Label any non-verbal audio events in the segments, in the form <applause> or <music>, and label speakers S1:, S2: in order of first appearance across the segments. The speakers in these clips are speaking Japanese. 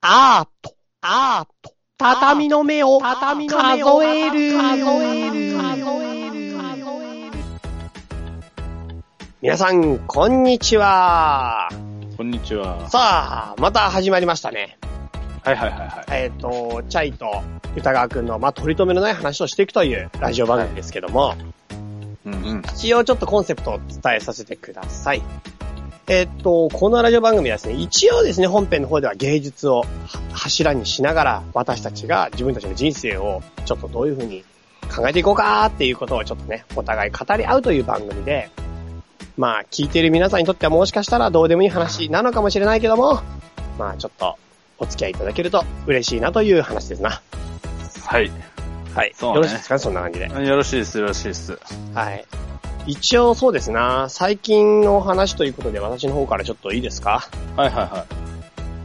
S1: アート、アート、畳の目を、畳の目を数える、数える、数える、皆さん、こんにちは。
S2: こんにちは。
S1: さあ、また始まりましたね。
S2: はいはいはいはい。
S1: えっ、と、チャイと歌川くんの、まあ、取り留めのない話をしていくというラジオ番組ですけども、
S2: うんうん。
S1: 一応ちょっとコンセプトを伝えさせてください。えっと、このラジオ番組はですね、一応ですね、本編の方では芸術をは柱にしながら、私たちが自分たちの人生をちょっとどういう風に考えていこうかっていうことをちょっとね、お互い語り合うという番組で、まあ、聞いている皆さんにとってはもしかしたらどうでもいい話なのかもしれないけども、まあ、ちょっとお付き合いいただけると嬉しいなという話ですな。
S2: はい。
S1: はい。
S2: そうね
S1: よろしいですかね、そんな感じで。
S2: よろしいです、よろしいです。
S1: はい。一応そうですな、最近のお話ということで私の方からちょっといいですか
S2: はいはいは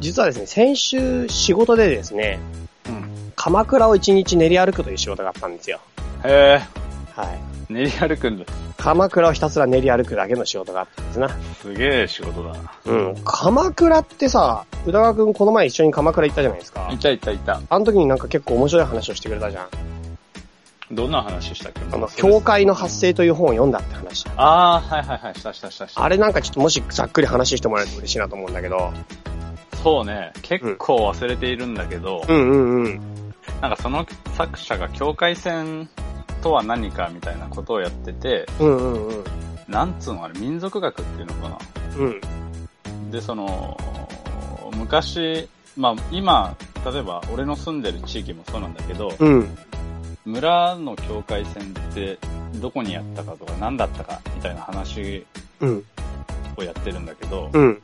S1: 実はですね、先週仕事でですね、
S2: い。うん。
S1: 鎌倉を一日練り歩くという仕事があったんですよ。
S2: へ
S1: はい。
S2: え、練り歩くんだ。
S1: 鎌倉をひたすら練り歩くだけの仕事があったんですな。
S2: すげえ仕事だな。
S1: うん。鎌倉ってさ、宇田川くんこの前一緒に鎌倉行ったじゃないですか
S2: い。たいたいた。
S1: あの時になんか結構面白い話をしてくれたじゃん。
S2: どんな話したっけ
S1: あの、教会の発生という本を読んだって話。
S2: ああ、はいはいはい、したしたしたした。
S1: あれなんかちょっともしざっくり話してもらえると嬉しいなと思うんだけど。
S2: そうね、結構忘れているんだけど、
S1: うんうんうん。
S2: なんかその作者が境界線とは何かみたいなことをやってて、
S1: うんうんうん。
S2: なんつうのあれ、民族学っていうのかな
S1: うん。
S2: で、その、昔、まあ今、例えば俺の住んでる地域もそうなんだけど、
S1: うん。
S2: 村の境界線ってどこにあったかとか何だったかみたいな話
S1: うん。
S2: をやってるんだけど、
S1: うん。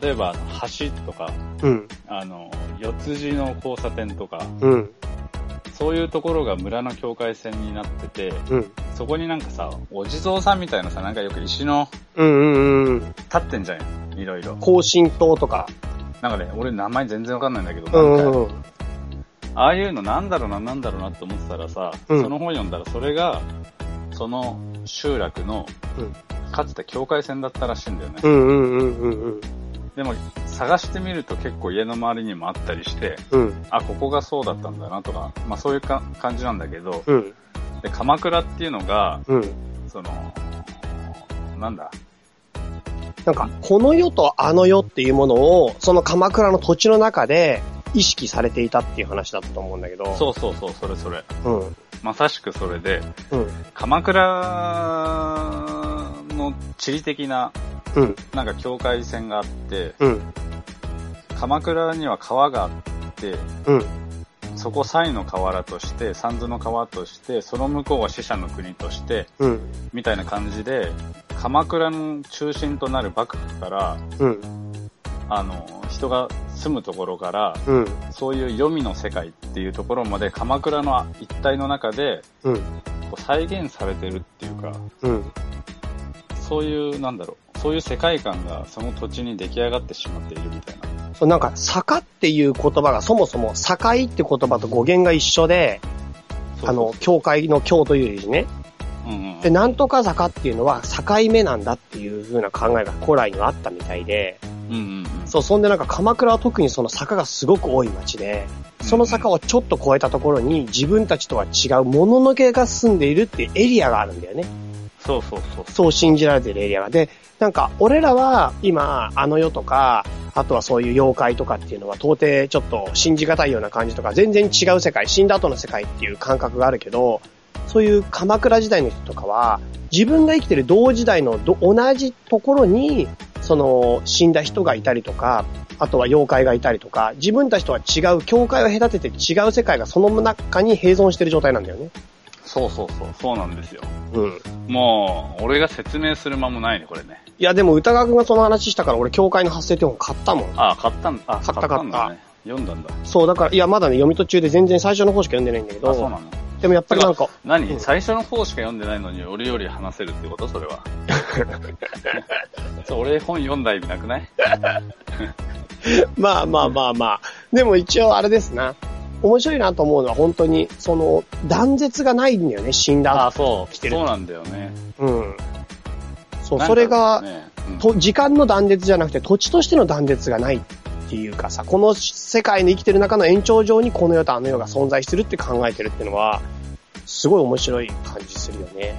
S2: 例えばあの橋とか、
S1: うん。
S2: あの、四つ字の交差点とか、
S1: うん。
S2: そういうところが村の境界線になってて、
S1: うん。
S2: そこになんかさ、お地蔵さんみたいなさ、なんかよく石の
S1: うんうんうん。
S2: 立ってんじゃんよ。いろいろ。
S1: 更新塔とか。
S2: なんかね、俺名前全然わかんないんだけど、
S1: うんう
S2: なんか
S1: んうん。
S2: ああいうのなんだろうな、なんだろうなって思ってたらさ、
S1: うん
S2: その本読んだらそれが、その集落の、
S1: うん
S2: かつて境界線だったらしいんだよね。
S1: うんうんうんうんうん。
S2: でも、探してみると結構家の周りにもあったりして、
S1: うん。
S2: あ、ここがそうだったんだなとか、まあそういうか感じなんだけど、
S1: うん。
S2: で、鎌倉っていうのが、
S1: うん。
S2: その、なんだ、
S1: なんか、この世とあの世っていうものを、その鎌倉の土地の中で意識されていたっていう話だったと思うんだけど。
S2: そうそうそう、それそれ。
S1: う。うん。
S2: まさしくそれで、
S1: うん。
S2: 鎌倉の地理的な、
S1: うん。
S2: なんか境界線があって、
S1: うん。
S2: 鎌倉には川があって、
S1: うん。
S2: そこ西の河原として、三途の川として、その向こうは死者の国として、
S1: うん。
S2: みたいな感じで、鎌倉の中心となる幕府から、
S1: うん。
S2: あの、人が住むところから、
S1: うん。
S2: そういう黄泉の世界っていうところまで鎌倉の一帯の中で
S1: うん。
S2: こう再現されてるっていうか、
S1: うん。
S2: そういう、なんだろう、そういう世界観がその土地に出来上がってしまっているみたいな。
S1: そう、なんか、坂っていう言葉がそもそも、境って言葉と語源が一緒で、あの、教会の教という字ね。
S2: そうそう、うんうん
S1: で、なんとか坂っていうのは境目なんだっていう風な考えが古来にはあったみたいで、
S2: うんうんうん。
S1: そう、そんでなんか鎌倉は特にその坂がすごく多い町で、その坂をちょっと越えたところに自分たちとは違うもののけが住んでいるっていうエリアがあるんだよね。
S2: そうそうそう。
S1: そう信じられているエリアが。で、なんか俺らは今、あの世とか、あとはそういう妖怪とかっていうのは到底ちょっと信じがたいような感じとか、全然違う世界、死んだ後の世界っていう感覚があるけど、そういう鎌倉時代の人とかは、自分が生きてる同時代のど同じところに、その死んだ人がいたりとか、あとは妖怪がいたりとか、自分たちとは違う境界を隔てて違う世界がその中に併存してる状態なんだよね。
S2: そうそうそう。そうなんですよ。
S1: うん。
S2: もう、俺が説明する間もないね、これね。
S1: いや、でも歌川くんがその話したから俺、教会の発生って本買ったもん。
S2: あ、買ったんだ。あ、
S1: 買った
S2: んだね。読んだんだ。
S1: そう、だから、いや、まだね、読み途中で全然最初の方しか読んでないんだけ
S2: あ、そう
S1: ど、
S2: なの
S1: でもやっぱりなん
S2: <laughs>
S1: か、
S2: 何、
S1: うん
S2: 最初の方しか読んでないのに俺より話せるってことそれ <laughs> は。そう俺本読んだ意味なくない
S1: まあまあまあまあ、でも一応あれですな。面白いなと思うのは本当に、その、断絶がないんだよね、死んだ。
S2: そう
S1: 来てる
S2: そうなんだよね。
S1: うん。そう、
S2: なんか
S1: それが、
S2: ねうん
S1: と時間の断絶じゃなくて、土地としての断絶がないっっていうかさ、この世界の生きてる中の延長上にこの世とあの世が存在してるって考えてるっていうのは、すごい面白い感じするよね。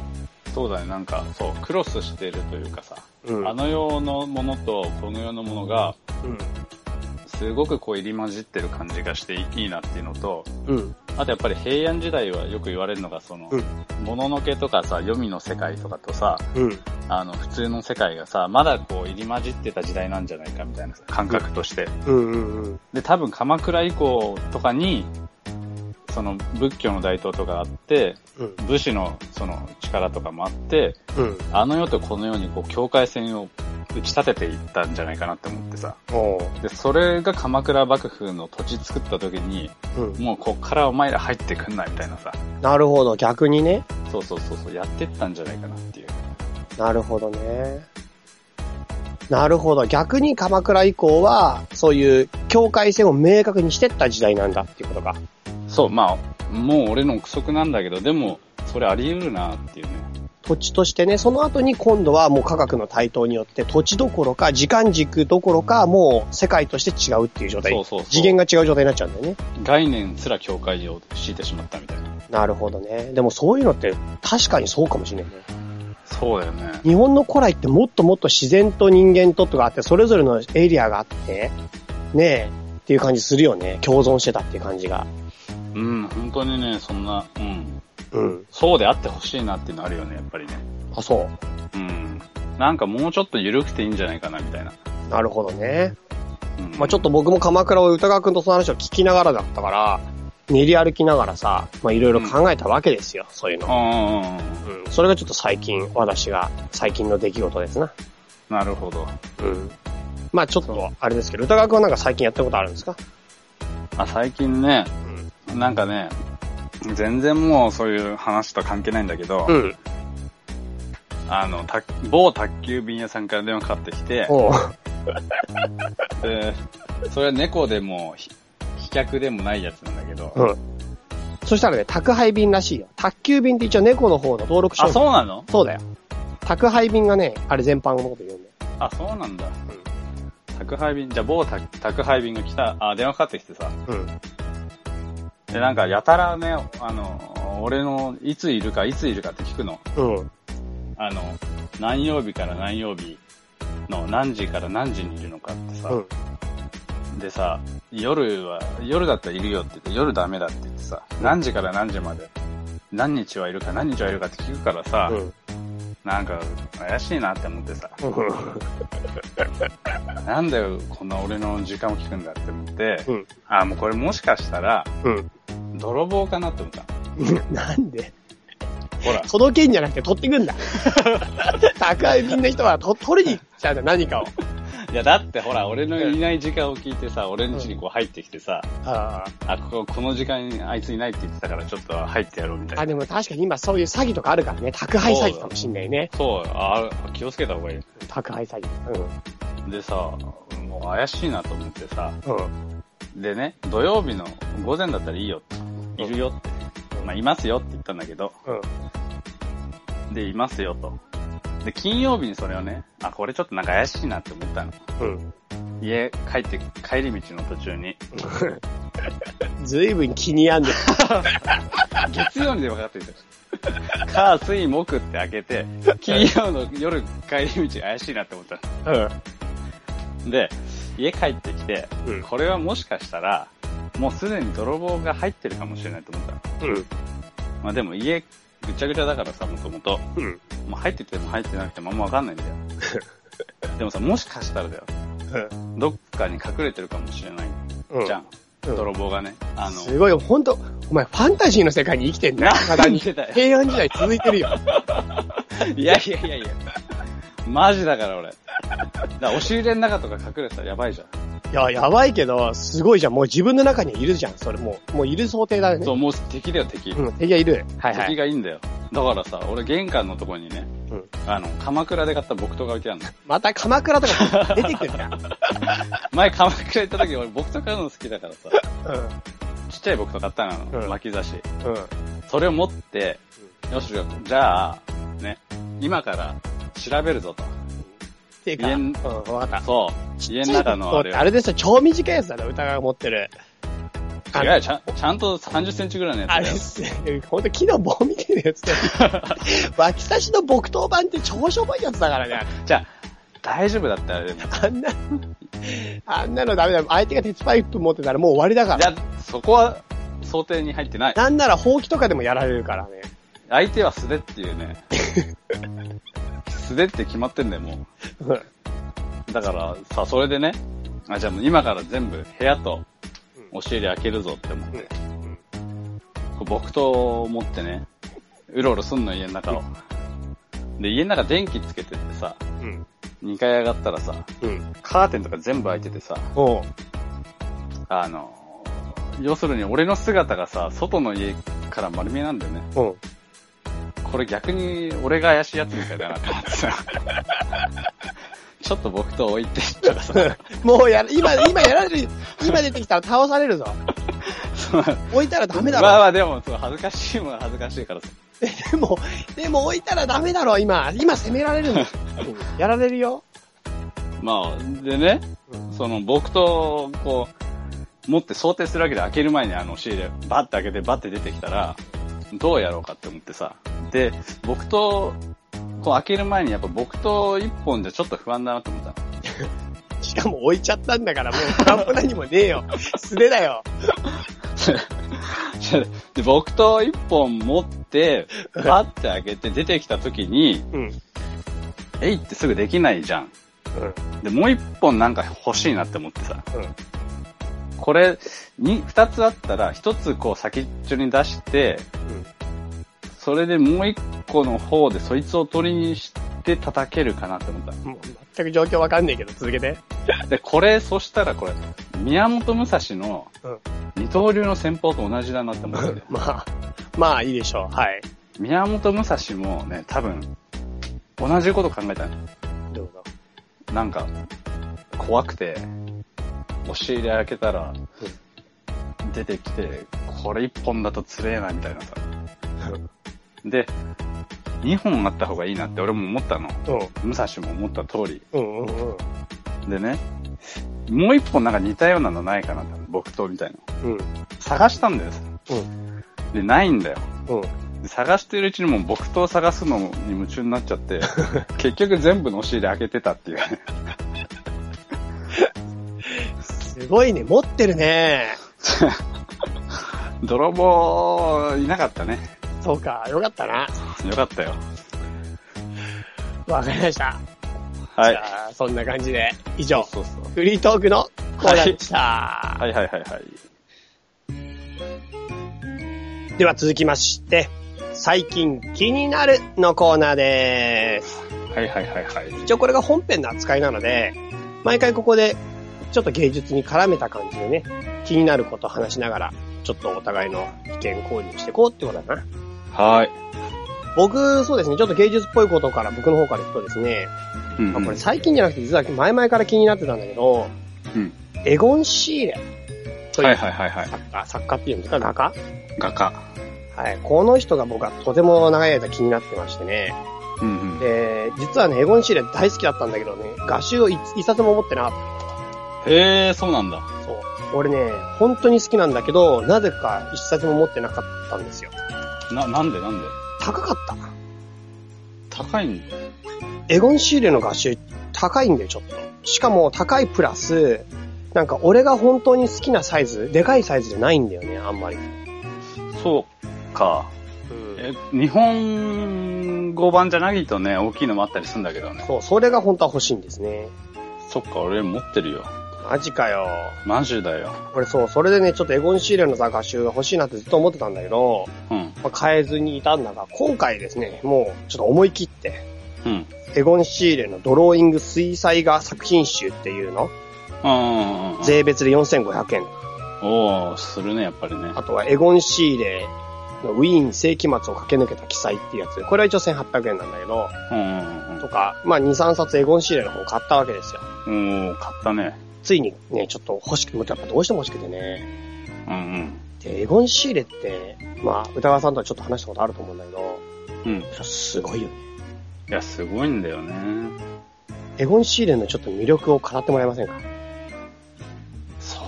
S2: そうだね、なんか、そう、クロスしてるというかさ、
S1: うん。
S2: あの世のものとこの世のものが、
S1: うん。
S2: すごくこう入り混じってる感じがしていいなっていうのと、
S1: うん。
S2: あとやっぱり平安時代はよく言われるのが、その
S1: うん、
S2: もののけとかさ、黄泉の世界とかとさ、
S1: うん。
S2: あの、普通の世界がさ、まだこう入り混じってた時代なんじゃないかみたいなさ感覚として。
S1: うん。うん。
S2: で、多分鎌倉以降とかに、その仏教の大統とかがあって、
S1: うん。
S2: 武士のその力とかもあって、
S1: うん。
S2: あの世とこの世にこう境界線を打ち立てていったんじゃないかなって思ってさ。
S1: おう
S2: で、それが鎌倉幕府の土地作った時に、
S1: うん。
S2: もうこっからお前ら入ってくんなみたいなさ。
S1: なるほど、逆にね。
S2: そうそうそうそう、やってったんじゃないかなっていう。
S1: なるほどね。なるほど。逆に鎌倉以降は、そういう境界線を明確にしてった時代なんだっていうことか。
S2: そう、まあ、もう俺の憶測なんだけど、でも、それあり得るなっていうね。
S1: 土地としてね、その後に今度はもう科学の台頭によって土地どころか時間軸どころかもう世界として違うっていう状態。
S2: そうそうそう
S1: 次元が違う状態になっちゃうんだよね。
S2: 概念すら境界を敷いてしまったみたいな。
S1: なるほどね。でもそういうのって確かにそうかもしれないね。
S2: そうだよね。
S1: 日本の古来ってもっともっと自然と人間ととかあって、それぞれのエリアがあって、ねえ、っていう感じするよね。共存してたっていう感じが。
S2: うん、本当にね、そんな、うん。
S1: うん。
S2: そうであってほしいなっていうのあるよね、やっぱりね。
S1: あ、そう。
S2: うん。なんかもうちょっと緩くていいんじゃないかな、みたいな。
S1: なるほどね。
S2: うん、
S1: まあちょっと僕も鎌倉を歌川くんとその話を聞きながらだったから、練り歩きながらさ、まあいろいろ考えたわけですよ、そういうの。
S2: うんうんうん
S1: う
S2: うん。
S1: ん。それがちょっと最近、私が、最近の出来事ですな。
S2: なるほど。
S1: うん。まあちょっと、あれですけど、歌川くんはなんか最近やったことあるんですか
S2: あ、最近ね、
S1: うん。
S2: なんかね、全然もうそういう話とは関係ないんだけど、
S1: うん。
S2: あの、た某宅急便屋さんから電話かかってきて、
S1: おう。
S2: で、それは猫でも、ひ飛脚でもないやつなんだけど。
S1: うん。そしたらね、宅配便らしいよ。宅急便って一応猫の方の登録商
S2: あ、
S1: 品。
S2: そうなの
S1: そうだよ。宅配便がね、あれ全般のこと言うんだよ。
S2: あ、そうなんだ。宅配便、じゃあ某宅宅配便が来た、あ、電話かかってきてさ。
S1: うん。
S2: で、なんかやたらね、あの、俺のいついるかいついるかって聞くの。
S1: うん。
S2: あの、何曜日から何曜日の何時から何時にいるのかってさ。
S1: うん。
S2: でさ、夜は、夜だったらいるよって言って、夜ダメだって言ってさ、何時から何時まで、何日はいるか何日はいるかって聞くからさ、
S1: うん。
S2: なんか怪しいなって思ってさ。
S1: うん。
S2: なんだよ、こんな俺の時間を聞くんだって思って、
S1: うん
S2: あ、もうこれもしかしたら、
S1: うん。
S2: 泥棒かなって思った。
S1: <laughs> なんで
S2: ほら、
S1: 届けんじゃなくて取ってくん <laughs> だ。宅配便の人はと取りに行っちゃうんだ、何かを。
S2: <laughs> いやだってほら、俺のいない時間を聞いてさ、俺の家にこう入ってきてさ、
S1: あ
S2: あ、ここ、この時間にあいついないって言ってたからちょっと入ってやろうみた
S1: あ、
S2: い
S1: で
S2: な。
S1: も確かに今そういう詐欺とかあるからね。宅配詐欺かもしんないね。
S2: そう、あ、気をつけた方がいい。
S1: 宅配詐欺。
S2: でさ、もう怪しいなと思ってさ、
S1: うん。うん。
S2: でね、土曜日の午前だったらいいよって、いるよって、まあ、いますよって言ったんだけど、
S1: うん。
S2: で、いますよと。で、金曜日にそれをね、あ、これちょっとなんか怪しいなって思ったの。
S1: うん。
S2: 家帰って、帰り道の途中に。
S1: ずいぶん気に病んでる。
S2: 月曜にで分かってるんですよ。火、水、木って開けて、金曜の夜帰り道怪しいなって思ったの。で、家帰ってきて、
S1: うん。うん。
S2: これはもしかしたら、もうすでに泥棒が入ってるかもしれないと思ったの。
S1: うん。
S2: まあでも家ぐちゃぐちゃだからさ、もともと。
S1: うん。
S2: もう入ってても入ってなくてもあんま分かんないん
S1: <laughs>
S2: だよ。でもさ、もしかしたらだよ。どっかに隠れてるかもしれない
S1: うん。
S2: じゃん。
S1: うん
S2: 泥棒がね。あの、
S1: すごいよ、ほんと、お前ファンタジーの世界に生きてんだよ。ただ
S2: なん
S1: に。
S2: で
S1: <laughs>
S2: だよ。
S1: 平安時代続いてるよ。
S2: いやいやいやいや。マジだから俺。だから押し入れの中とか隠れてたらやばいじゃ
S1: いや、やばいけど、すごいじゃん。もう自分の中にいるじゃん。それもう、もういる想定だ
S2: ん。
S1: ね。
S2: そう、もう敵だよ敵。
S1: うん、敵はいる。は
S2: 敵。がいいんだよ。だからさ、俺玄関のとこにね、
S1: うん
S2: あの、鎌倉で買った木刀が置いてあるの。
S1: また鎌倉とか出てくるじゃん。うん。
S2: 前鎌倉行った時俺木刀買うの好きだからさ、
S1: う
S2: ちっちゃい木刀買ったの、
S1: うん
S2: 巻き刺し。
S1: ん。
S2: それを持って、よし、じゃあ、ね、今から調べるぞと。
S1: っていうか、
S2: 家
S1: うんん、わかった。
S2: そう。家の中のあれ
S1: あれですよ、超短いやつだろ、歌が持ってる。あ
S2: 違うよちゃんちゃんと30センチぐらいのやつ
S1: あ
S2: だ
S1: れ
S2: よ
S1: っ。すね、ほんと木の棒みたいなやつだよ。
S2: <laughs>
S1: 脇差しの木刀板って超しょぼいやつだからね。
S2: じゃあ、大丈夫だったらでも。
S1: あんな、あんなのダメだよ。相手が鉄パイプ持ってたらもう終わりだか
S2: じ
S1: ら。
S2: ゃあ、そこは想定に入ってない。
S1: なんならほうきとかでもやられるからね。
S2: 相手は素手っていうね。素手って決まってんだよ、も
S1: <laughs> うん
S2: う。だから、さ、それでね、あ、じゃあもう今から全部部屋と押し入れ開けるぞって思って、こう木刀を持ってね、うろうろすんの、家の中を。で、家の中電気つけてってさ、
S1: うん。
S2: 2階上がったらさ、
S1: うん。
S2: カーテンとか全部開いててさ、
S1: おう
S2: あの、要するに俺の姿がさ、外の家から丸見えなんだよね。
S1: うん。
S2: これ逆に俺が怪しいやつみたいだなって思ってさ。ちょっと僕と置いていったらさ、
S1: もうやる、 <laughs> 今、今やられる、今出てきたら倒されるぞ。
S2: そう
S1: 置いたらダメだ
S2: まあ
S1: ろ。
S2: まあでも、そう恥ずかしいもんは恥ずかしいからさ。
S1: でも、でも置いたらダメだろ、今。今攻められるんだ。うんやられるよ。
S2: まあ、でね、その僕と、こう、持って想定するわけで開ける前にあの押し入れ、バッて開けてバッて出てきたら、どうやろうかって思ってさ。で、僕と、こう開ける前にやっぱ僕と一本じゃちょっと不安だなと思ったの。
S1: しかも置いちゃったんだから、もう、なんも何もねえよ。素手だよ。
S2: で、木刀一本持って、パッて開けて出てきた時に、
S1: うん。うん。
S2: えいってすぐできないじゃん。で、もう一本なんか欲しいなって思ってさ。
S1: うん
S2: これ、に、二つあったら、一つこう先っちょに出して、それでもう一個の方でそいつを取りにして叩けるかなって思っ
S1: うん。もう全く状況わかんねえけど、続けて。
S2: た。で、これ、そしたらこれ、宮本武蔵の
S1: うん。
S2: 二刀流の戦法と同じだなって思って。
S1: まあ、まあいいでしょう。はい。
S2: 宮本武蔵もね、多分、同じこと考えたの。
S1: どうぞ。
S2: なんか、怖くて、押し入れ開けたら、出てきて、これ一本だとつれえな、みたいなさ。で、二本あった方がいいなって俺も思ったの。武蔵も思った通り。
S1: うん。うんうんうん。
S2: でね、もう一本なんか似たようなのないかなって、木刀みたいな。
S1: うん。
S2: 探したんだよ。
S1: うん。
S2: で、ないんだよ。
S1: うん。
S2: で探してるうちにもう木刀探すのに夢中になっち
S1: <laughs>
S2: ゃって、結局全部の押し入れ開けてたっていうね。
S1: すごいね、持ってるね。
S2: 泥棒、いなかったね。
S1: そうか、よかったな。
S2: よかったよ。
S1: わかりました。
S2: はい
S1: じ。ゃあ、そんな感じで、以上、
S2: そうそう。
S1: フリートークのコーナーでした。
S2: はいはいはいはい。
S1: では続きまして、最近気になるのコーナーです。
S2: はいはいはいはい。
S1: 一応これが本編の扱いなので、毎回ここでちょっと芸術に絡めた感じでね、気になることを話しながら、ちょっとお互いの意見交流していこうってことだな。
S2: はい。
S1: 僕、そうですね、ちょっと芸術っぽいことから僕の方からいくとですね、
S2: うん、
S1: まあこれ最近じゃなくて実は前々から気になってたんだけど、
S2: うん
S1: エゴン・シーレとい
S2: は
S1: う
S2: いはいはいはい。
S1: 作家、作家っていうんですか、画家
S2: 画家。
S1: はい。この人が僕はとても長い間気になってましてね。
S2: うんうん。
S1: で、実はね、エゴン・シーレ大好きだったんだけどね、画集を一一冊も持ってなかっ
S2: へえ、そうなんだ。
S1: た。そう。俺ね、本当に好きなんだけど、なぜか一冊も持ってなかったんですよ。
S2: な、なんでなんで
S1: 高かった。
S2: 高いんだ。
S1: エゴン・シーレの画集、高いんだよ、ちょっと。しかも、高いプラス、なんか俺が本当に好きなサイズ、でかいサイズじゃないんだよね、あんまり。
S2: そうか。
S1: うん。
S2: え、日本語版じゃないとね、大きいのもあったりするんだけどね。
S1: そう、それが本当は欲しいんですね。
S2: そっか、俺持ってるよ。
S1: マジかよ。
S2: マジだよ。
S1: これそう、それでね、ちょっとエゴン・シーレのさ、画集が欲しいなってずっと思ってたんだけど、
S2: うん。
S1: まあ、変えずにいたんだが、今回ですね、もうちょっと思い切って、
S2: うん。
S1: エゴン・シーレのドローイング水彩画作品集っていうの、
S2: うんうんうん。
S1: 税別で4500円。
S2: おー、するね、やっぱりね。
S1: あとはエゴン・シーレのウィーン世紀末を駆け抜けた記載っていうやつ。これは一応1800円なんだけど、
S2: うんうん
S1: とか、まあ2、3冊エゴン・シーレの本買ったわけですよ。
S2: うん。おー、買ったね。
S1: ついにね、ちょっと欲しく、やっぱどうしても欲しくてね。
S2: うん
S1: で、エゴン・シーレって、まあ、歌川さんとはちょっと話したことあると思うんだけど、
S2: うん。うん。い
S1: すごいよね。
S2: や、すごいんだよね。
S1: エゴン・シーレンのちょっと魅力を語ってもらえませんか
S2: そう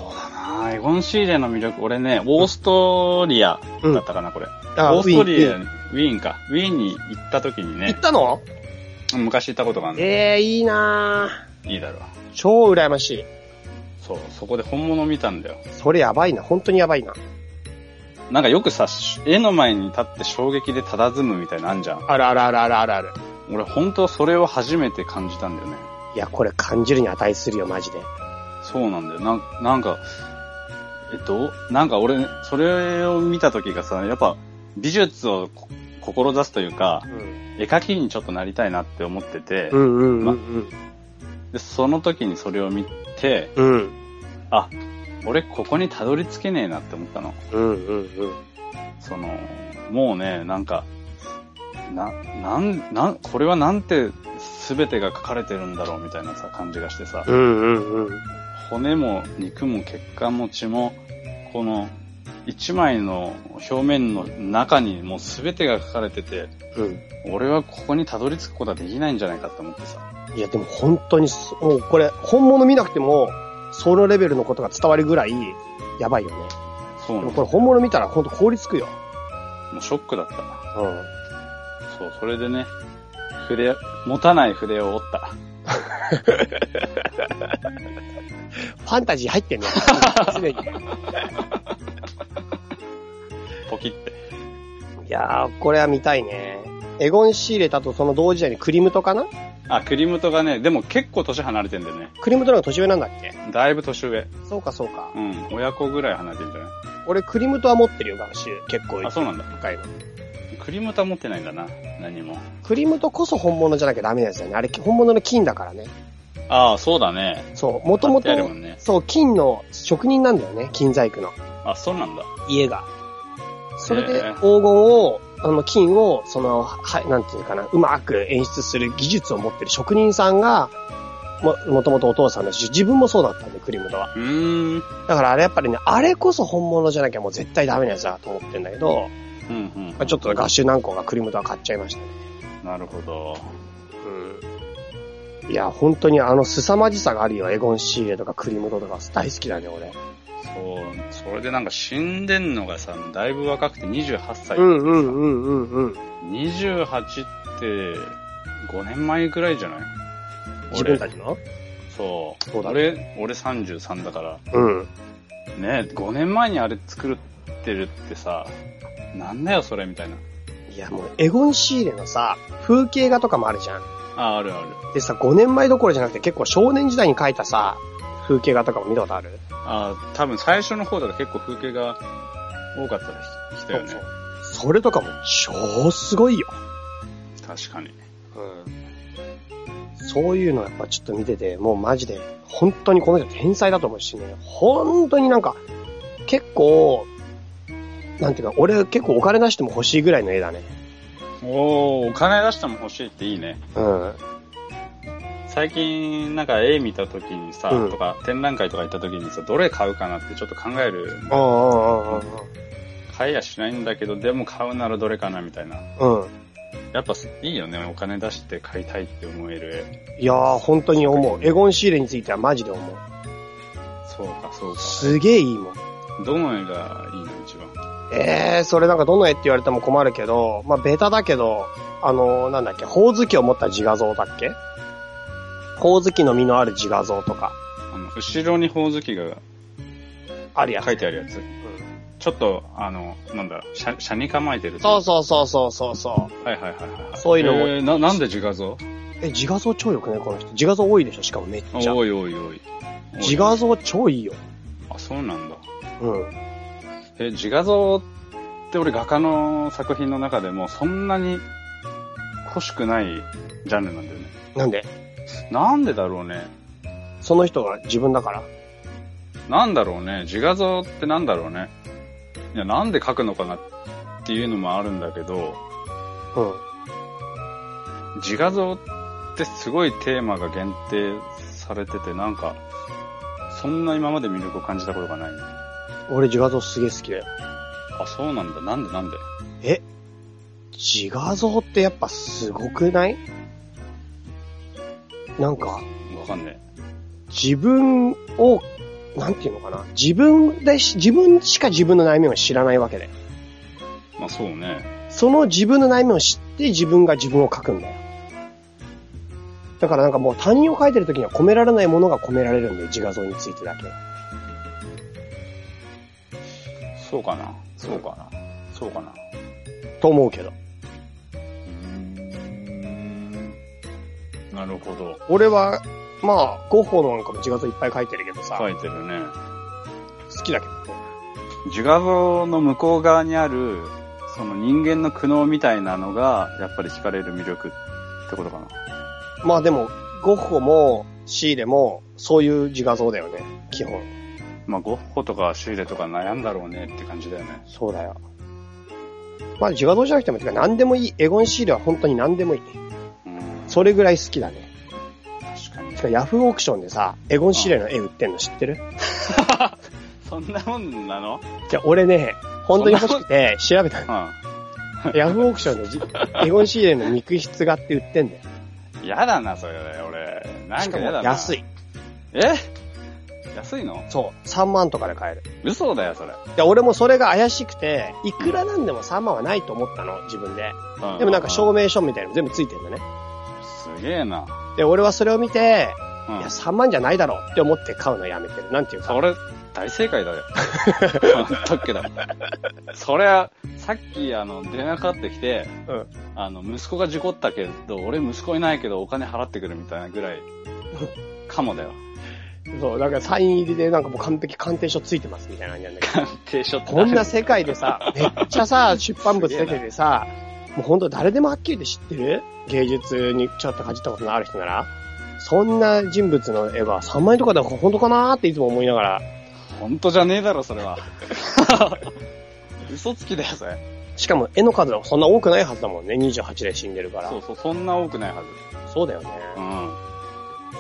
S2: だなエゴン・シーレンの魅力、俺ね、オーストリアだったかな、これ。
S1: あ
S2: オーストリ
S1: ウィー
S2: ア
S1: ン
S2: に、ウィーンか。ウィーンに行った時
S1: 行
S2: にね
S1: っ、たの
S2: 昔行ったことがある
S1: ええいいなぁ。
S2: の。いいだろう。
S1: 超羨ましい。
S2: そう、そこで本物見たんだよ。
S1: それやばいな。本当にやばいな。
S2: なんかよくさ、絵の前に立って衝撃で佇むみたいなのあんじゃん。
S1: あるあるあるあるあるある。
S2: 俺本当それを初めて感じたんだよね。
S1: いや、これ感じるに値するよ、マジで。
S2: そうなんだよ。なんなんか、えっと、なんか俺、それを見た時がさ、やっぱ美術をこ志すというか、
S1: うん。
S2: 絵描きにちょっとなりたいなって思ってて、
S1: うんうんうん
S2: でその時にそれを見て、
S1: うん。うん。
S2: あ、俺ここにたどり着けねえなって思ったの。
S1: うんうんうん。
S2: その、もうね、なんか、な、なん、なん、これはなんて全てが書かれてるんだろうみたいなさ、感じがしてさ、
S1: うんうんうん。
S2: 骨も肉も血管も血も、この、一枚の表面の中にもう全てが書かれてて、
S1: うん。
S2: 俺はここにたどり着くことはできないんじゃないかって思ってさ。
S1: いや、でも本当にそ、もうこれ、本物見なくても、そのレベルのことが伝わるぐらい、やばいよね。
S2: そ
S1: で
S2: うな
S1: も
S2: の。も
S1: これ本物見たら本当凍りつくよ。
S2: うショックだったな。
S1: うん。
S2: そう、それでね、筆、持たない筆を折った。
S1: ファンタジー入ってんの
S2: <laughs>
S1: 常に。
S2: ポキって。
S1: いやー、これは見たいね。エゴン・シーレタとその同時代にクリムトかな
S2: あ、クリムトがね、でも結構年離れてんだよね。
S1: クリムトの方が年上なんだっけ
S2: だいぶ年上。
S1: そうかそうか。
S2: うん、親子ぐらい離れてるんじゃない
S1: 俺、クリムトは持ってるよ、学習。結構。
S2: あそうなんだ
S1: 深いの。
S2: クリムタ持ってないんだな、何も。
S1: クリムトこそ本物じゃなきゃダメなんですよね。あれ、本物の金だからね。
S2: ああ、そうだね。
S1: そう、もともと
S2: 貼ってあるもんね、
S1: そう、金の職人なんだよね。金細工の
S2: あ、そうなんだ。
S1: 家が。それ
S2: へ
S1: で
S2: え
S1: 黄金を、あの、金を、その、は、なんていうのかな、うまく演出する技術を持ってる職人さんが、も、もともとお父さんだし、自分もそうだったんで、クリムトは。
S2: うーん。
S1: だからあれやっぱりね、あれこそ本物じゃなきゃもう絶対ダメなやつだと思ってんだけど、
S2: うんうん。
S1: まあ、ちょっと合衆何個かクリムトは買っちゃいましたね。
S2: なるほど。
S1: うん。いや、本当にあの凄まじさがあるよ。エゴン・シーレとかクリムトとか大好きだね、俺。
S2: そう、それでなんか死んでんのがさ、だいぶ若くて28歳。
S1: うんうんうんうんうん。
S2: 28って、5年前ぐらいじゃない
S1: 自分たちの
S2: そう。
S1: そうだ
S2: 俺、俺33だから。
S1: うん。
S2: ね5年前にあれ作ってるってさ、なんだよそれみたいな。
S1: いや、もうエゴン・シーレのさ、風景画とかもあるじゃん。
S2: あ、あるある。
S1: でさ、5年前どころじゃなくて結構少年時代に描いたさ、風景画とかも見たことある
S2: あー多分最初の方だと結構風景が多かったです。したよね。
S1: そうそうそれとかも超すごいよ。
S2: 確かに。
S1: そういうのやっぱちょっと見てて、もうマジで、本当にこの人天才だと思うしね、本当になんか、結構、なんていうか、俺結構お金出しても欲しいぐらいの絵だね。
S2: おー、お金出しても欲しいっていいね。
S1: うん。
S2: 最近、なんか絵見た時にさ、
S1: うん
S2: とか展覧会とか行った時にさ、どれ買うかなってちょっと考える。
S1: ああ、あ
S2: 買いやしないんだけど、でも買うならどれかなみたいな。
S1: あ、うん。
S2: やっぱいいよね、お金出して買いたいって思える絵。
S1: いやー、本当に思う。エゴン・シーレについてはマジで思
S2: そうか、そう
S1: う。
S2: か。
S1: すげえいいもん。
S2: どの絵がいいの一番。
S1: えー、それなんかどの絵って言われても困るけど、まあベタだけど、あのー、なんだっけ、ほおずきを持った自画像だっけほおずきの実のある自画像とか、
S2: あの、後ろにほおずきが
S1: あるやつ。
S2: 書いてあるやつ。
S1: うん
S2: ちょっと、あの、なんだ、しゃ、しゃに構えてる。
S1: そうそうそうそうそうそう。
S2: はいはいはいはいはい。
S1: そういうのも
S2: えーな、なんで自画像
S1: え、自画像超良くないこの人。自画像多いでしょしかもめっちゃ。
S2: おいおいおい。
S1: 自画像超いいよ。
S2: あ、そうなんだ。
S1: うん。
S2: え、自画像って俺画家の作品の中でもそんなに欲しくないジャンルなんだよね。
S1: なんで
S2: なんでだろうね。
S1: その人が自分だから。
S2: なんだろうね。自画像ってなんだろうね。いや、なんで描くのかなっていうのもあるんだけど、
S1: うん。
S2: 自画像ってすごいテーマが限定されてて、なんか、そんな今まで魅力を感じたことがないね。
S1: 俺自画像すげえ好きだよ。
S2: あ、そうなんだ。なんでなんで
S1: 自画像ってやっぱすごくないなんか、
S2: わかんね
S1: 自分を、なんていうのかな。自分でし、自分しか自分の内面を知らないわけで。
S2: え。まあそうね。
S1: その自分の内面を知って自分が自分を書くんだよ。だからなんかもう他人を書いてる時には込められないものが込められるんで、自画像についてだけ。
S2: そうかな。そうかな。そうかな。
S1: と思うけど。
S2: うーん。なるほど。
S1: 俺は、まあ、ゴッホなんかも自画像いっぱい書いてるけどさ、
S2: 書いてるね。
S1: 好きだけどね。
S2: 自画像の向こう側にある、その人間の苦悩みたいなのが、やっぱり惹かれる魅力ってことかな。
S1: まあでも、ゴッホもシーレもそういう自画像だよね、基本。
S2: まあ、ゴッホとかシューレとか悩んだろうねって感じだよね。
S1: そうだよ。まあ自画像じゃなくても、てか何でもいい。エゴンシーレは本当に何でもいい。
S2: うん。
S1: それぐらい好きだね。
S2: 確かに
S1: て。かヤフーオークションでさ、エゴンシーレの絵売ってんの知ってる
S2: そんなもんなの
S1: じゃあ俺ね、本当に欲しくて調べた
S2: <laughs>
S1: の。
S2: う
S1: ヤフーオークションでじエゴンシーレの肉筆画って売ってんだよ。
S2: ん。やだな、それ、俺。な
S1: し
S2: ん
S1: か
S2: か
S1: も
S2: やだな。
S1: 安
S2: い。
S1: い。
S2: え安いの
S1: そう。3万とかで買える。
S2: 嘘だよ、それ。
S1: で、俺もそれが怪しくて、いくらなんでも3万はないと思ったの、自分で。
S2: う
S1: でもなんか証
S2: う
S1: 明書みたいなの全部ついてんだね。
S2: すげえな。
S1: で、俺はそれを見て、
S2: う
S1: いや、
S2: ん。
S1: 3万じゃないだろうって思って買うのやめてる。なんていうか。
S2: それ、大正解だよ。だっけだ。そりゃ、さっき、あの、電話かかってきて、
S1: うん
S2: あの、息子が事故ったけど、俺息子いないけどお金払ってくるみたいなぐらい、かもだよ。
S1: そう、だからサイン入りでなんかもう完璧鑑定書ついてますみたいな感じなんだけど。
S2: 定書っ
S1: <laughs>
S2: て
S1: こんな世界で <laughs> さ、めっちゃさ、出版物出ててさ、もうほんと誰でもはっきりで知ってる芸術にちょっとかじったことのある人なら、そんな人物の絵は3万円とかで本当かなーっていつも思いながら、
S2: 本当じゃねえだろ、それは。嘘つきだよ、それ。
S1: しかも絵の数はそんな多くないはずだもんね。28で死んでるから。そう
S2: そうそう、そんな多くないはず。
S1: だよね。
S2: うん。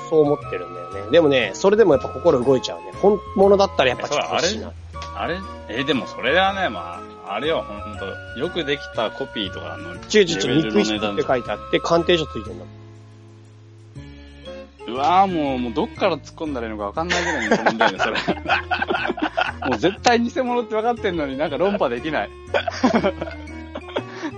S1: そう思ってるんだよね。でもね、それでもやっぱ心動いちゃうね。本物だったらやっぱちょっと欲しいな。
S2: あれえ、でもそれはね、まあ、あれよ、ほんと、よくできたコピーとかの
S1: ちゅうちゅうちゅう、
S2: レベ
S1: 肉
S2: ルの
S1: 質
S2: 値段
S1: って書いてあって、鑑定書ついてるんだもん。
S2: うわぁ、もう、もうどっから突っ込んだらいいのかわかんないぐらいに飛んだよね、それ。もう絶対偽物って分かってんのになんか論破できない。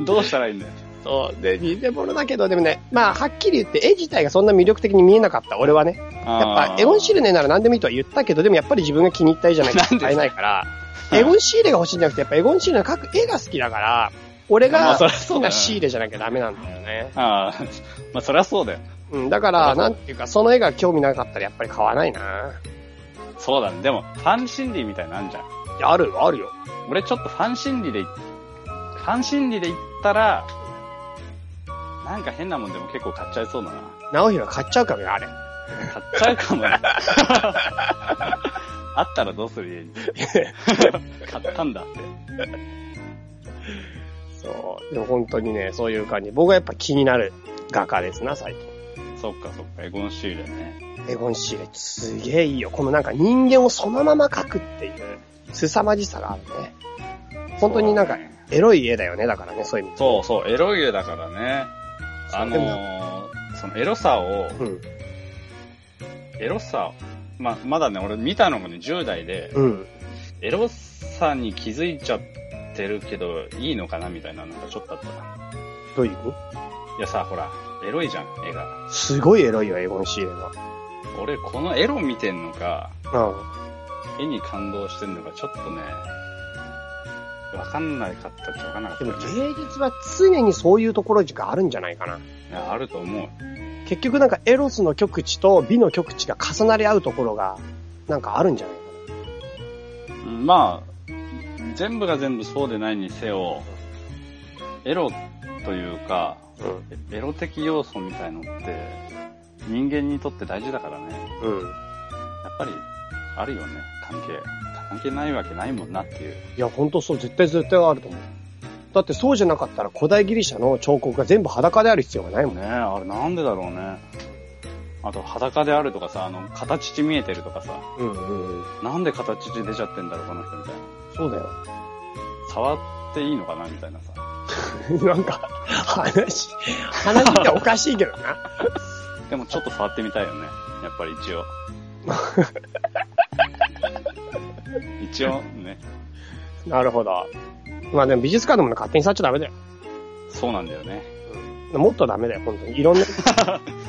S2: <laughs> どうしたらいいんだよ。
S1: そう。で、偽物だけど、でもね、まあ、はっきり言って、絵自体がそんな魅力的に見えなかった、俺はね。
S2: やっ
S1: やっぱ、エゴンシー
S2: ル
S1: レネなら何でもいいとは言ったけど、でもやっぱり自分が気に入った絵じゃない
S2: なん
S1: と
S2: で
S1: 買えないから、
S2: <laughs> うん
S1: エゴンシーレが欲しいんじゃなくて、やっぱエゴンシーレの描く絵が好きだから、俺
S2: ま
S1: が
S2: あそ
S1: 好
S2: りゃ
S1: き
S2: そうだよ
S1: なシーレじゃなきゃダメなんだよね。
S2: ああ、 <laughs> まあそりゃそうだよ。
S1: うん、だから、なんていうか、その絵が興味なかったらやっぱり買わないな。
S2: そうだね。でも、ファン心理みたいなのあんじゃん。
S1: いや、あるよ、あるよ。
S2: 俺ちょっとファン心理で、ファン心理で言ったら、なんか変なもんでも結構買っちゃいそうだな。
S1: 直弘買っちゃうかもよ、あれ。
S2: 買っちゃうかもね。あったらどうする家に。買ったんだって。
S1: そう。でも本当にね、そういう感じ。僕はやっぱ気になる画家ですな、最近。
S2: そっかそっか、エゴンシーレね。
S1: エゴン・シーレ、すげえいいよ。このなんか人間をそのまま描くっていう、凄まじさがあるね。本当になんか、エロい絵だよね、だからね、そういう意味で。
S2: そうそう、エロい絵だからね。あの
S1: でも
S2: ー、そのエロさを、
S1: うん。
S2: エロさ、ま、まだね、俺見たのもね、10代で、
S1: うん。
S2: エロさに気づいちゃってるけど、いいのかなみたいな、なんかちょっとあったな。
S1: どういう意味
S2: いやさ、ほら、エロいじゃん、絵が。
S1: すごいエロいよ、エゴン・シーレは。
S2: 俺、このエロ見てんのか、
S1: う
S2: 絵に感動してんのか、ちょっとね、わかんないかったっちゃわかんなかった
S1: ん。で
S2: よ
S1: も
S2: ね。
S1: 芸術は常にそういうところがあるんじゃないかな。
S2: いやあると思う。
S1: 結局なんかエロスの極地と美の極地が重なり合うところが、なんかあるんじゃないか
S2: うんまあ、全部が全部そうでないにせよ、エロというか、
S1: な。
S2: エロ的要素みたいのって、人間にとって大事だからね。や
S1: うん。うん。
S2: っぱり、あるよね、関係。関係ないわけないもんなっていう。
S1: いや、ほんとそう、絶対絶対あると思う。だってそうじゃなかったら古代ギリシャの彫刻が全部裸である必要がないもんね。
S2: ねえ、あれなんでだろうね。あと、裸であるとかさ、あの、形乳見えてるとかさ、
S1: うんうんうん。
S2: なんで形乳出ちゃってんだろう、この人みたいな。
S1: そうだよ。 <laughs>
S2: 触っていいのかな、みたいなさ。
S1: <laughs> なんか、話、話っておかしいけどな。
S2: でもちょっと触ってみたいよね。やっぱり一応。一応ね。
S1: なるほど。まあでも美術館でも勝手に触っちゃダメだよ。
S2: そうなんだよね。
S1: もっとダメだよ、本当に。い <laughs> ろんな、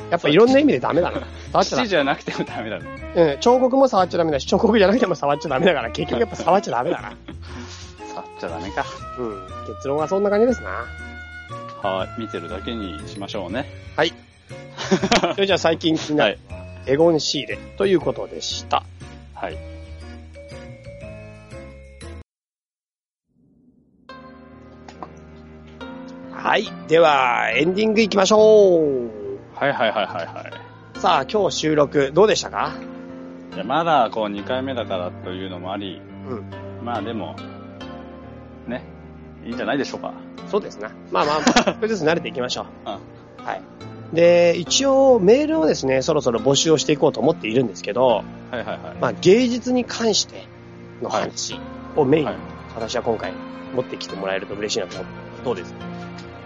S1: やっぱいろんな意味でダメだな。触っちゃダ
S2: 土じゃなくてもダメだね。
S1: メ。うん、彫刻も触っちゃダメ <laughs> だし、彫刻じゃなくても触っちゃダメだから、結局やっぱ触っちゃダメだな。 <laughs>
S2: 触っちゃダメか。
S1: うん、結論はそんな感じですな。
S2: はい。見てるだけにしましょうね。
S1: はい。それじゃあ最近気にな
S2: は
S1: る
S2: い。
S1: エゴン仕入れということでした。
S2: はい。
S1: はい。では、エンディングいきましょう。
S2: はいはいはいはいはい。
S1: さあ、今日収録どうでしたか
S2: いやまだこう2回目だからというのもあり、
S1: うん。
S2: まあでも、ね、いいんじゃないでしょうか。
S1: そうですな。まあまあ、少
S2: <laughs>
S1: しずつ慣れていきましょ
S2: うん。
S1: う。はい。で、一応メールをですね、そろそろ募集をしていこうと思っているんですけど、
S2: はいはいはい。
S1: まあ芸術に関しての話をメインに
S2: はい、
S1: 私は今回持ってきてもらえると嬉しいなと思う。どうです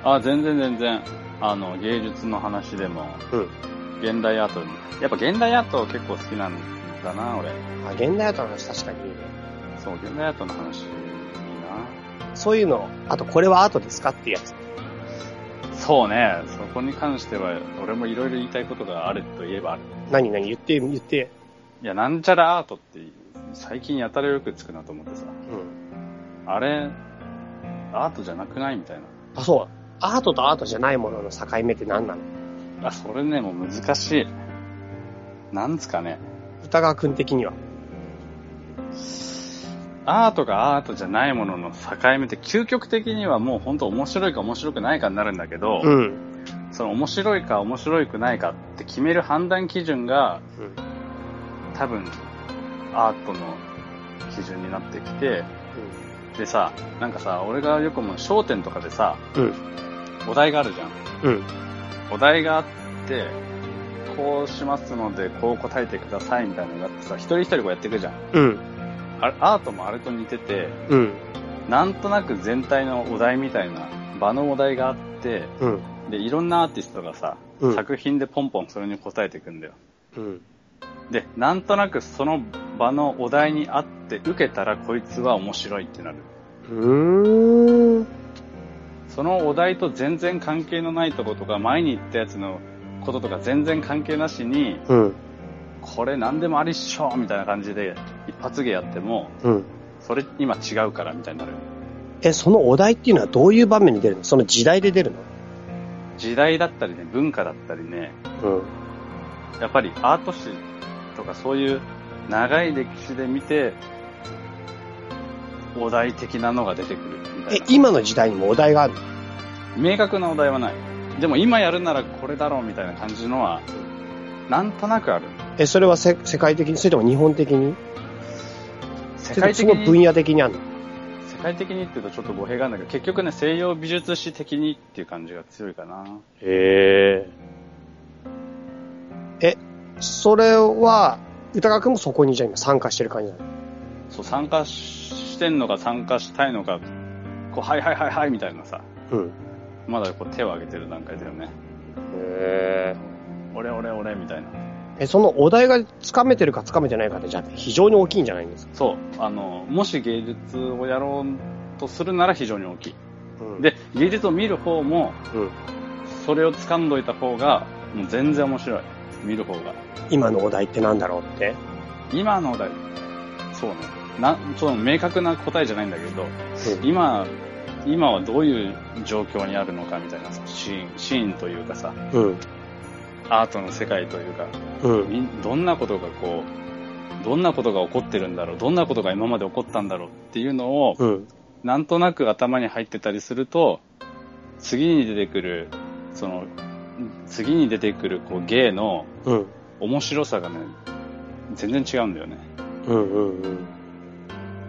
S2: あ、全然全然。あの、芸術の話でも、
S1: うん。
S2: 現代アートに。やっぱ現代アート結構好きなんだな、俺。
S1: あ、現代アートの話確かにいいね。
S2: そう、現代アートの話、いい
S1: そういうの、あとこれはアートですかっていうやつ。
S2: な。そうね、そこに関しては、俺もいろいろ言いたいことがあるといえばある。
S1: 何何言って、言って。
S2: いや、なんちゃらアートって、最近やたらよくつくなと思ってさ。
S1: うん。
S2: あれ、アートじゃなくないみたいな。
S1: あ、そう。アートとアートじゃないものの境目って何なの
S2: あ、それね、もう難しい。なんですかね。
S1: 歌川くん的には。
S2: アートがアートじゃないものの境目って究極的にはもうほんと面白いか面白くないかになるんだけど、
S1: うん。
S2: その面白いか面白くないかって決める判断基準が
S1: うん。
S2: 多分アートの基準になってきて、でさ、なんかさ、俺がよくもう商店とかでさ、
S1: うん。
S2: お題があるじゃん。
S1: うん。
S2: お題があって、こうしますので、こう答えてくださいみたいなのがあってさ、一人一人こうやっていくじゃん。
S1: うん。
S2: あれアートもあれと似てて、
S1: うん。
S2: なんとなく全体のお題みたいな、場のお題があって、
S1: うん。
S2: で、いろんなアーティストがさ、
S1: うん
S2: 作品でポンポンそれに答えていくんだよ。
S1: うん。
S2: で、なんとなくその場のお題に合って受けたらこいつは面白いってなる。
S1: うん。
S2: そのお題と全然関係のないとことか、前に言ったやつのこととか全然関係なしに、
S1: うん。
S2: これ何でもありっしょみたいな感じで一発芸やっても、
S1: うん。
S2: それ今違うからみたいになる。
S1: え、そのお題っていうのはどういう場面に出るのその時代で出る
S2: 時代だったりね、文化だったりね、
S1: のうん。
S2: やっぱりアート史とかそういう長い歴史で見て、お題的なのが出てくるみた
S1: え
S2: いな、。
S1: 今の時代にもお題があるの
S2: 明確なお題はない。でも今やるならこれだろうみたいな感じのは、なんとなくある。
S1: え、それはせ世界的に、それとも日本的に
S2: 世界
S1: そ
S2: 的
S1: れともその分
S2: に、
S1: 野的にあるの
S2: 世界的にって言うとちょっと語弊があるんだけど、結局ね、西洋美術史的にっていう感じが強いかな。
S1: へえ。え、それは、歌川くんもそこにじゃあ今参加してる感じなの
S2: そう、参加してんのか参加したいのか、こう、はいはいはいはいみたいなさ、
S1: うん。
S2: まだこう手を挙げてる段階だよね。
S1: へ
S2: 俺俺俺みたいな。
S1: え。そのお題がつかめてるかつかめてないかって、じゃあ非常に大きいんじゃないんですか
S2: そう、あの、もし芸術をやろうとするなら非常に大き
S1: うん
S2: い。で、芸術を見る方も、
S1: うん。
S2: それを掴んどいた方が、もう全然面白い。見る方が。
S1: 今のお題ってなんだろうって。
S2: 今のお題、そうね。な、その明確な答えじゃないんだけど、
S1: うん
S2: 今、今はどういう状況にあるのかみたいなさ、シーン、シーンというかさ、
S1: うん。
S2: アートの世界というか、
S1: うん。
S2: みどんなことがこう、どんなことが起こってるんだろう、どんなことが今まで起こったんだろうっていうのを、
S1: うん。
S2: なんとなく頭に入ってたりすると、次に出てくる、その、次に出てくるこう芸の
S1: うん。
S2: 面白さがね、全然違うんだよね。
S1: うん。うん。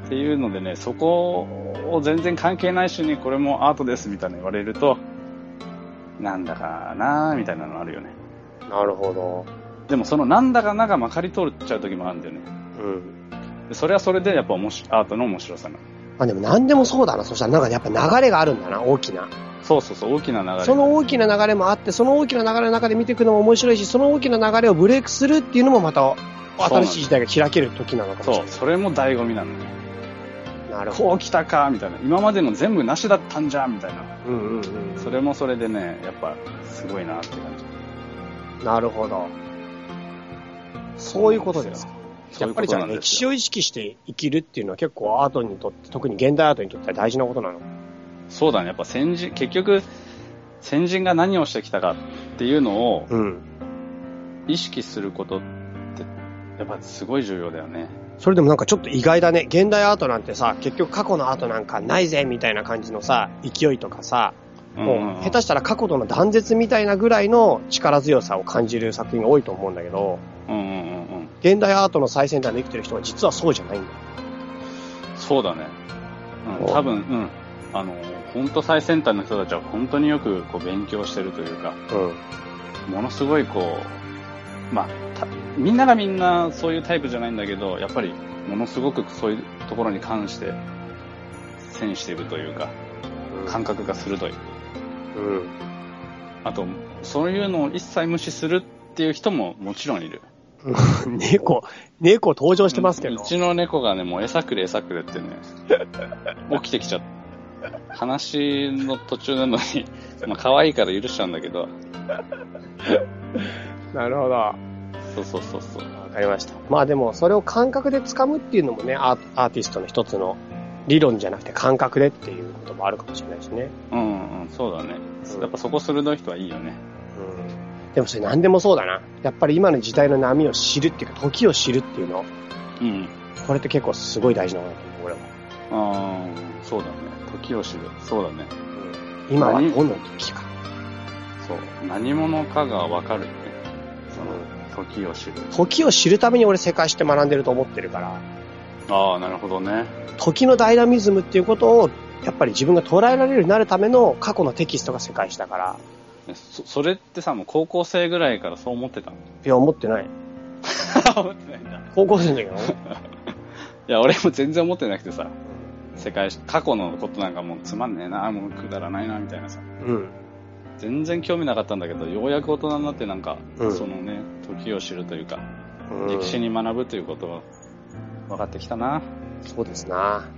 S2: っていうのでね、そこを全然関係ないしにこれもアートですみたいな言われると、なんだかなーみたいなのあるよね。
S1: なるほど。
S2: でもそのなんだかながまかり通っちゃう時もあるんだよね。
S1: うん。
S2: でそれはそれでやっぱ面白アートの面白さなの。
S1: まあでも何でもそうだな。そしたらなんかやっぱ流れがあるんだな、大きな。
S2: そうそうそう、大きな流れ。
S1: その大きな流れもあって、その大きな流れの中で見ていくのも面白いし、その大きな流れをブレイクするっていうのもまた、新しい時代が開ける時なのかもしれ
S2: そ
S1: な
S2: う、
S1: い。
S2: それも醍醐味なんだよ。
S1: なるほ
S2: こう来たか、みたいな。今までの全部なしだったんじゃ、みたいな。
S1: ど。うんうんうん。
S2: それもそれでね、やっぱ、すごいなって感じ。
S1: なるほど。そういうことですか。
S2: そ
S1: や
S2: うい
S1: っ
S2: うこ
S1: ぱりじゃ
S2: とな
S1: あ
S2: んで
S1: 歴
S2: す
S1: 史
S2: よ。
S1: を意識して生きるっていうのは結構アートにとって、特に現代アートにとっては大事なことなの。
S2: そうだね。やっぱ先人、結局、先人が何をしてきたかっていうのを
S1: うん。
S2: 意識することって、やっぱすごい重要だよね。
S1: それでもなんかちょっと意外だね。現代アートなんてさ、結局過去のアートなんかないぜみたいな感じのさ、勢いとかさ、もう下手
S2: し、
S1: したら過去との断絶みたいなぐらいの力強さを感じる作品が多いと思うんだけど、
S2: うんうんうんうん。
S1: 現代アートの最先端で生きてる人は実はそうじゃないんだよ。
S2: そうだね。うん、
S1: お
S2: 多分、うん。あの、本当最先端の人たちは本当によくこう勉強してるというか、
S1: うん。
S2: ものすごいこう、まあ、たみんながみんなそういうタイプじゃないんだけど、やっぱりものすごくそういうところに関して、センシティブというか、感覚が鋭い。
S1: うん。 <laughs>
S2: あと、そういうのを一切無視するっていう人ももちろんいる。
S1: うん猫、猫登場してますけど。
S2: うちの猫がね、もう餌くれ餌くれってね、 <laughs> 起きてきちゃった。話の途中なのに、まあ可愛いから許しちゃうんだけど、
S1: なるほど。わ
S2: そうそうそうそう。
S1: かりました。まあでも、それを感覚で掴むっていうのもね、アーアーティストの一つの理論じゃなくて感覚でっていうこともあるかもしれないしね。
S2: うんうん、そうだね。やっぱそこ鋭い人はいいよね。
S1: うん。でもそれ何でもそうだな。やっぱり今の時代の波を知るっていうか、時を知るっていうの。
S2: うん。
S1: これって結構すごい大事なことだと思う、俺は。
S2: あーそうだね。時を知る。そうだね。
S1: うん、今は
S2: 何
S1: どの時か。
S2: そう。何者かがわかるって。その、時を知る。
S1: 時を知るために俺世界史って学んでると思ってるから。
S2: ああ、なるほどね。
S1: 時のダイナミズムっていうことをやっぱり自分が捉えられるようになるための過去のテキストが世界史だから
S2: そそれってさ、もう高校生ぐらいからそう思ってたの
S1: いや思ってない
S2: 思ってないんだ。
S1: 高校生の時の
S2: いや、俺も全然思ってなくてさ、世界史、過去のことなんかもうつまんねえな、もうくだらないな、みたいなさ、
S1: うん
S2: 全然興味なかったんだけど、ようやく大人になってなんか、
S1: うん
S2: そのね、時を知るというか、
S1: うん
S2: 歴史に学ぶということは分かってきたな。
S1: そうですな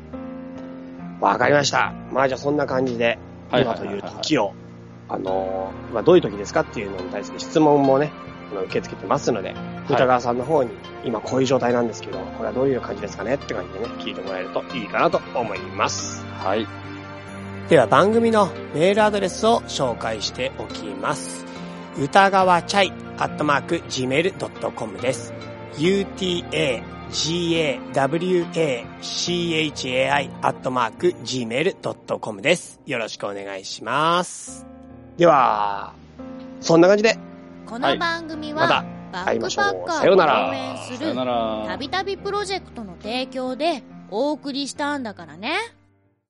S1: わかりましたまあじゃあそんな感じで
S2: はいは
S1: 今
S2: い
S1: と
S2: はいはい
S1: いう時をあのーまあどういう時ですかっていうのに対する質問もねあの受け付けてますので、歌川さんの方に今こういう状態なんですけどこれはどういう感じですかねって感じでね聞いてもらえるといいかなと思います
S2: はい。
S1: では番組のメールアドレスを紹介しておきます。歌川チャイアットマーク gmail.com です。utagawachai アットマーク gmail.com です。よろしくお願いします。では、そんな感じで、
S3: こ
S2: は
S3: の
S2: い
S3: 番組
S1: ま
S3: は
S1: た、
S3: バ
S1: 会い
S3: ッ
S1: ま
S3: ク
S1: しょう
S3: パッカ
S1: さよ
S3: ー
S1: う
S3: を
S1: なら
S3: 応援す
S2: さよ
S3: る
S2: なら。
S3: たびたびプロジェクトの提供でお送りしたんだからね。